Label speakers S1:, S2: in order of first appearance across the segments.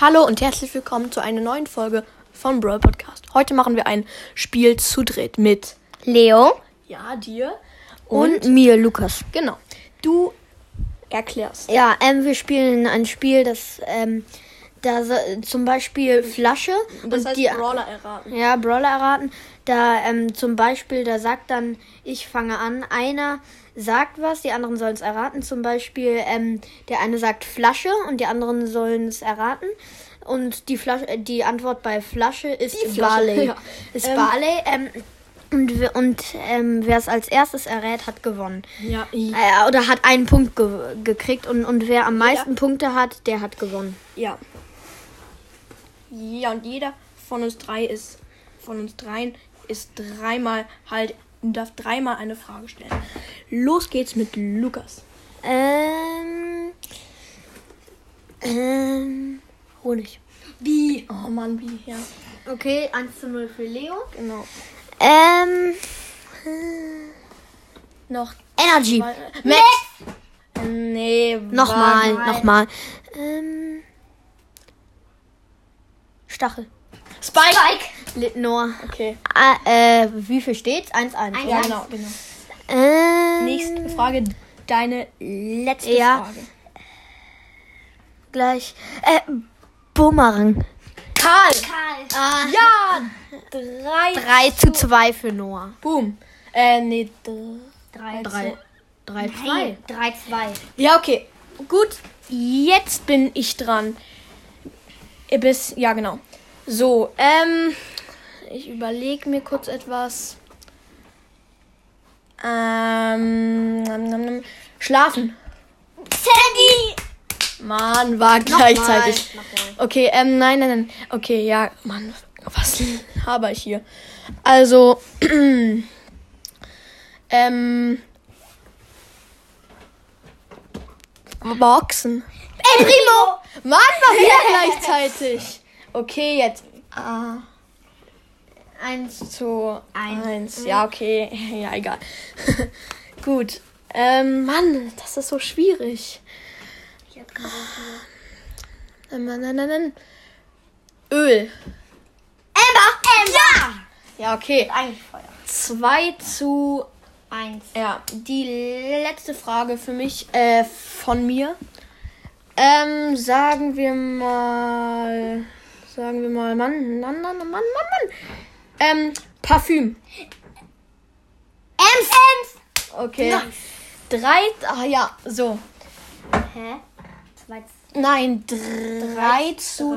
S1: Hallo und herzlich willkommen zu einer neuen Folge von Brawl Podcast. Heute machen wir ein Spiel zu dritt mit
S2: Leo
S1: ja, dir
S2: und,
S1: und,
S2: mir, Lukas.
S1: genau. Du erklärst.
S2: Ja, ähm, wir spielen ein Spiel, das, ähm, da so, zum Beispiel Flasche
S1: Das
S2: und
S1: heißt
S2: die
S1: Brawler erraten.
S2: ja, Brawler erraten. Da ähm, zum Beispiel, da sagt dann, ich fange an, einer sagt was, die anderen sollen es erraten. Zum Beispiel, ähm, der eine sagt Flasche und die anderen sollen es erraten. Und die Flasche, äh, die Antwort bei Flasche ist
S1: Die Flasche,
S2: Barley.
S1: ja.
S2: Ist
S1: Ähm,
S2: Barley. Ähm, und wer- und ähm, wer es als erstes errät, hat gewonnen.
S1: Ja,
S2: Äh, oder hat einen Punkt ge gekriegt und, und wer am meisten Punkte hat, der hat gewonnen.
S1: ja. Ja, und jeder von uns drei ist von uns dreien ist dreimal halt darf dreimal eine Frage stellen. Los geht's mit Lukas.
S2: Ähm. Ähm. Honig.
S1: Wie? Oh Mann, wie? Ja,
S2: Okay, 1 zu 0 für Leo.
S1: genau.
S2: Ähm. äh,
S1: Noch
S2: Energy.
S1: Max. Nee,
S2: Nochmal,
S1: warte.
S2: nochmal. Ähm. Stachel.
S1: Spike.
S2: Litnor.
S1: Okay.
S2: Ah, äh, wie viel steht's? 1-1.
S1: Ja,
S2: oder?
S1: genau, genau.
S2: Ähm.
S1: Nächste Frage, deine letzte
S2: Ja.
S1: Frage.
S2: Gleich. Äh, Bumerang.
S1: Karl.
S2: Ah,
S1: Ja, drei.
S2: 3 zu 2 für Noah.
S1: Boom. Äh, nee, dr-
S2: 3
S1: drei.
S2: 3
S1: Nein,
S2: 3 2.
S1: Ja, okay. Gut, jetzt bin ich dran. Ihr bist, ja, genau. So, ähm, ich überlege mir kurz etwas. Ähm, nam, nam, nam. schlafen.
S2: Sandy!
S1: Mann, war gleichzeitig. Okay, ähm, nein, nein, nein. Okay, ja, Mann, was habe ich hier? Also, ähm, Boxen.
S2: Ey, Primo!
S1: Mann, war wieder gleichzeitig. Okay, jetzt. Ah,
S2: Eins.
S1: zu
S2: Eins.
S1: eins. Ja, okay, ja, egal. Gut. Ähm, Mann, das ist so schwierig. Nein, nein, nein, nein, nein. Öl.
S2: Ember! Ember!
S1: Ja, okay.
S2: Ein Feuer.
S1: 2 zu.
S2: Eins.
S1: Ja, die letzte Frage für mich, äh, von mir. Ähm, sagen wir mal. Sagen wir mal, Mann, Mann, Mann, Mann, Mann, Mann. Ähm, Parfüm.
S2: Ems! Ems!
S1: Okay. Drei. Ah ja, so.
S2: Hä? Zwei.
S1: Nein, 3 zu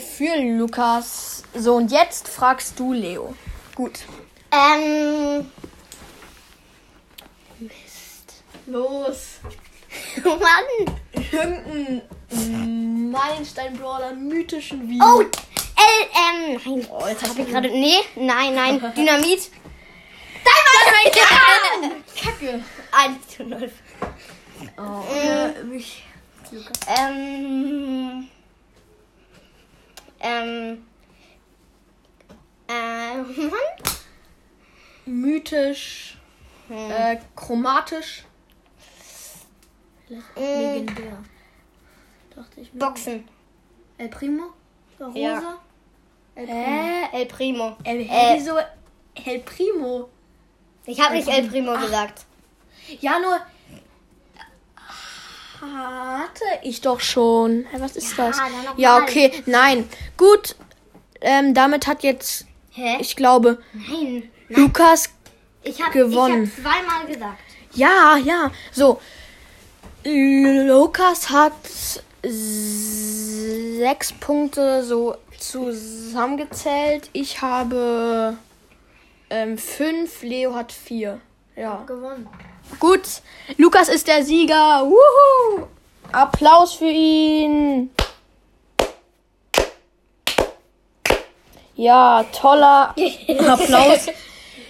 S1: 2 für Lukas. So, und jetzt fragst du Leo. Gut.
S2: Ähm.
S1: Los.
S2: Mann!
S1: Irgendeinen Meilenstein-Brawler, mythischen wie.
S2: Oh! L, ähm. Nein.
S1: Oh, jetzt hab
S2: Hab ich
S1: ich
S2: gerade. Nee, nein, nein. Dynamit. Dynamit! Dynamit!
S1: Kacke.
S2: 1 zu 0.
S1: Oh,
S2: Ähm. Ähm. Ähm.
S1: Mythisch, äh, chromatisch.
S2: Mann.
S1: Legendär. Dachte ich mir.
S2: Äh, Boxen.
S1: El Primo? Rosa?
S2: Ja.
S1: El Primo.
S2: Äh, El Primo.
S1: El,
S2: Äh.
S1: Ähm, wieso El Primo?
S2: Ich habe nicht El Primo gesagt.
S1: Ja, nur. Hatte ich doch schon. Hä, was ist das?
S2: Ah, dann noch
S1: Ja,
S2: mal.
S1: okay. Nein. Gut. Ähm, damit hat jetzt,
S2: Hä?
S1: ich glaube,
S2: Nein.
S1: Lukas.
S2: Ich habe
S1: Gewonnen.
S2: Ich hab zweimal gesagt.
S1: Ja, ja. So. Lukas hat sechs Punkte so zusammengezählt. Ich habe ähm, fünf. Leo hat vier. Ja.
S2: Gewonnen.
S1: Gut, Lukas ist der Sieger. Wuhu! Applaus für ihn. Ja, toller Applaus.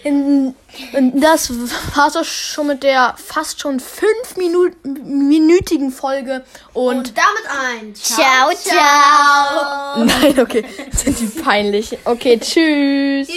S1: In- in- Das war's auch schon mit der fast schon fünfminütigen Folge. Und.
S2: Und damit ein.
S1: Nein, okay. Sind die peinlich. Okay, tschüss.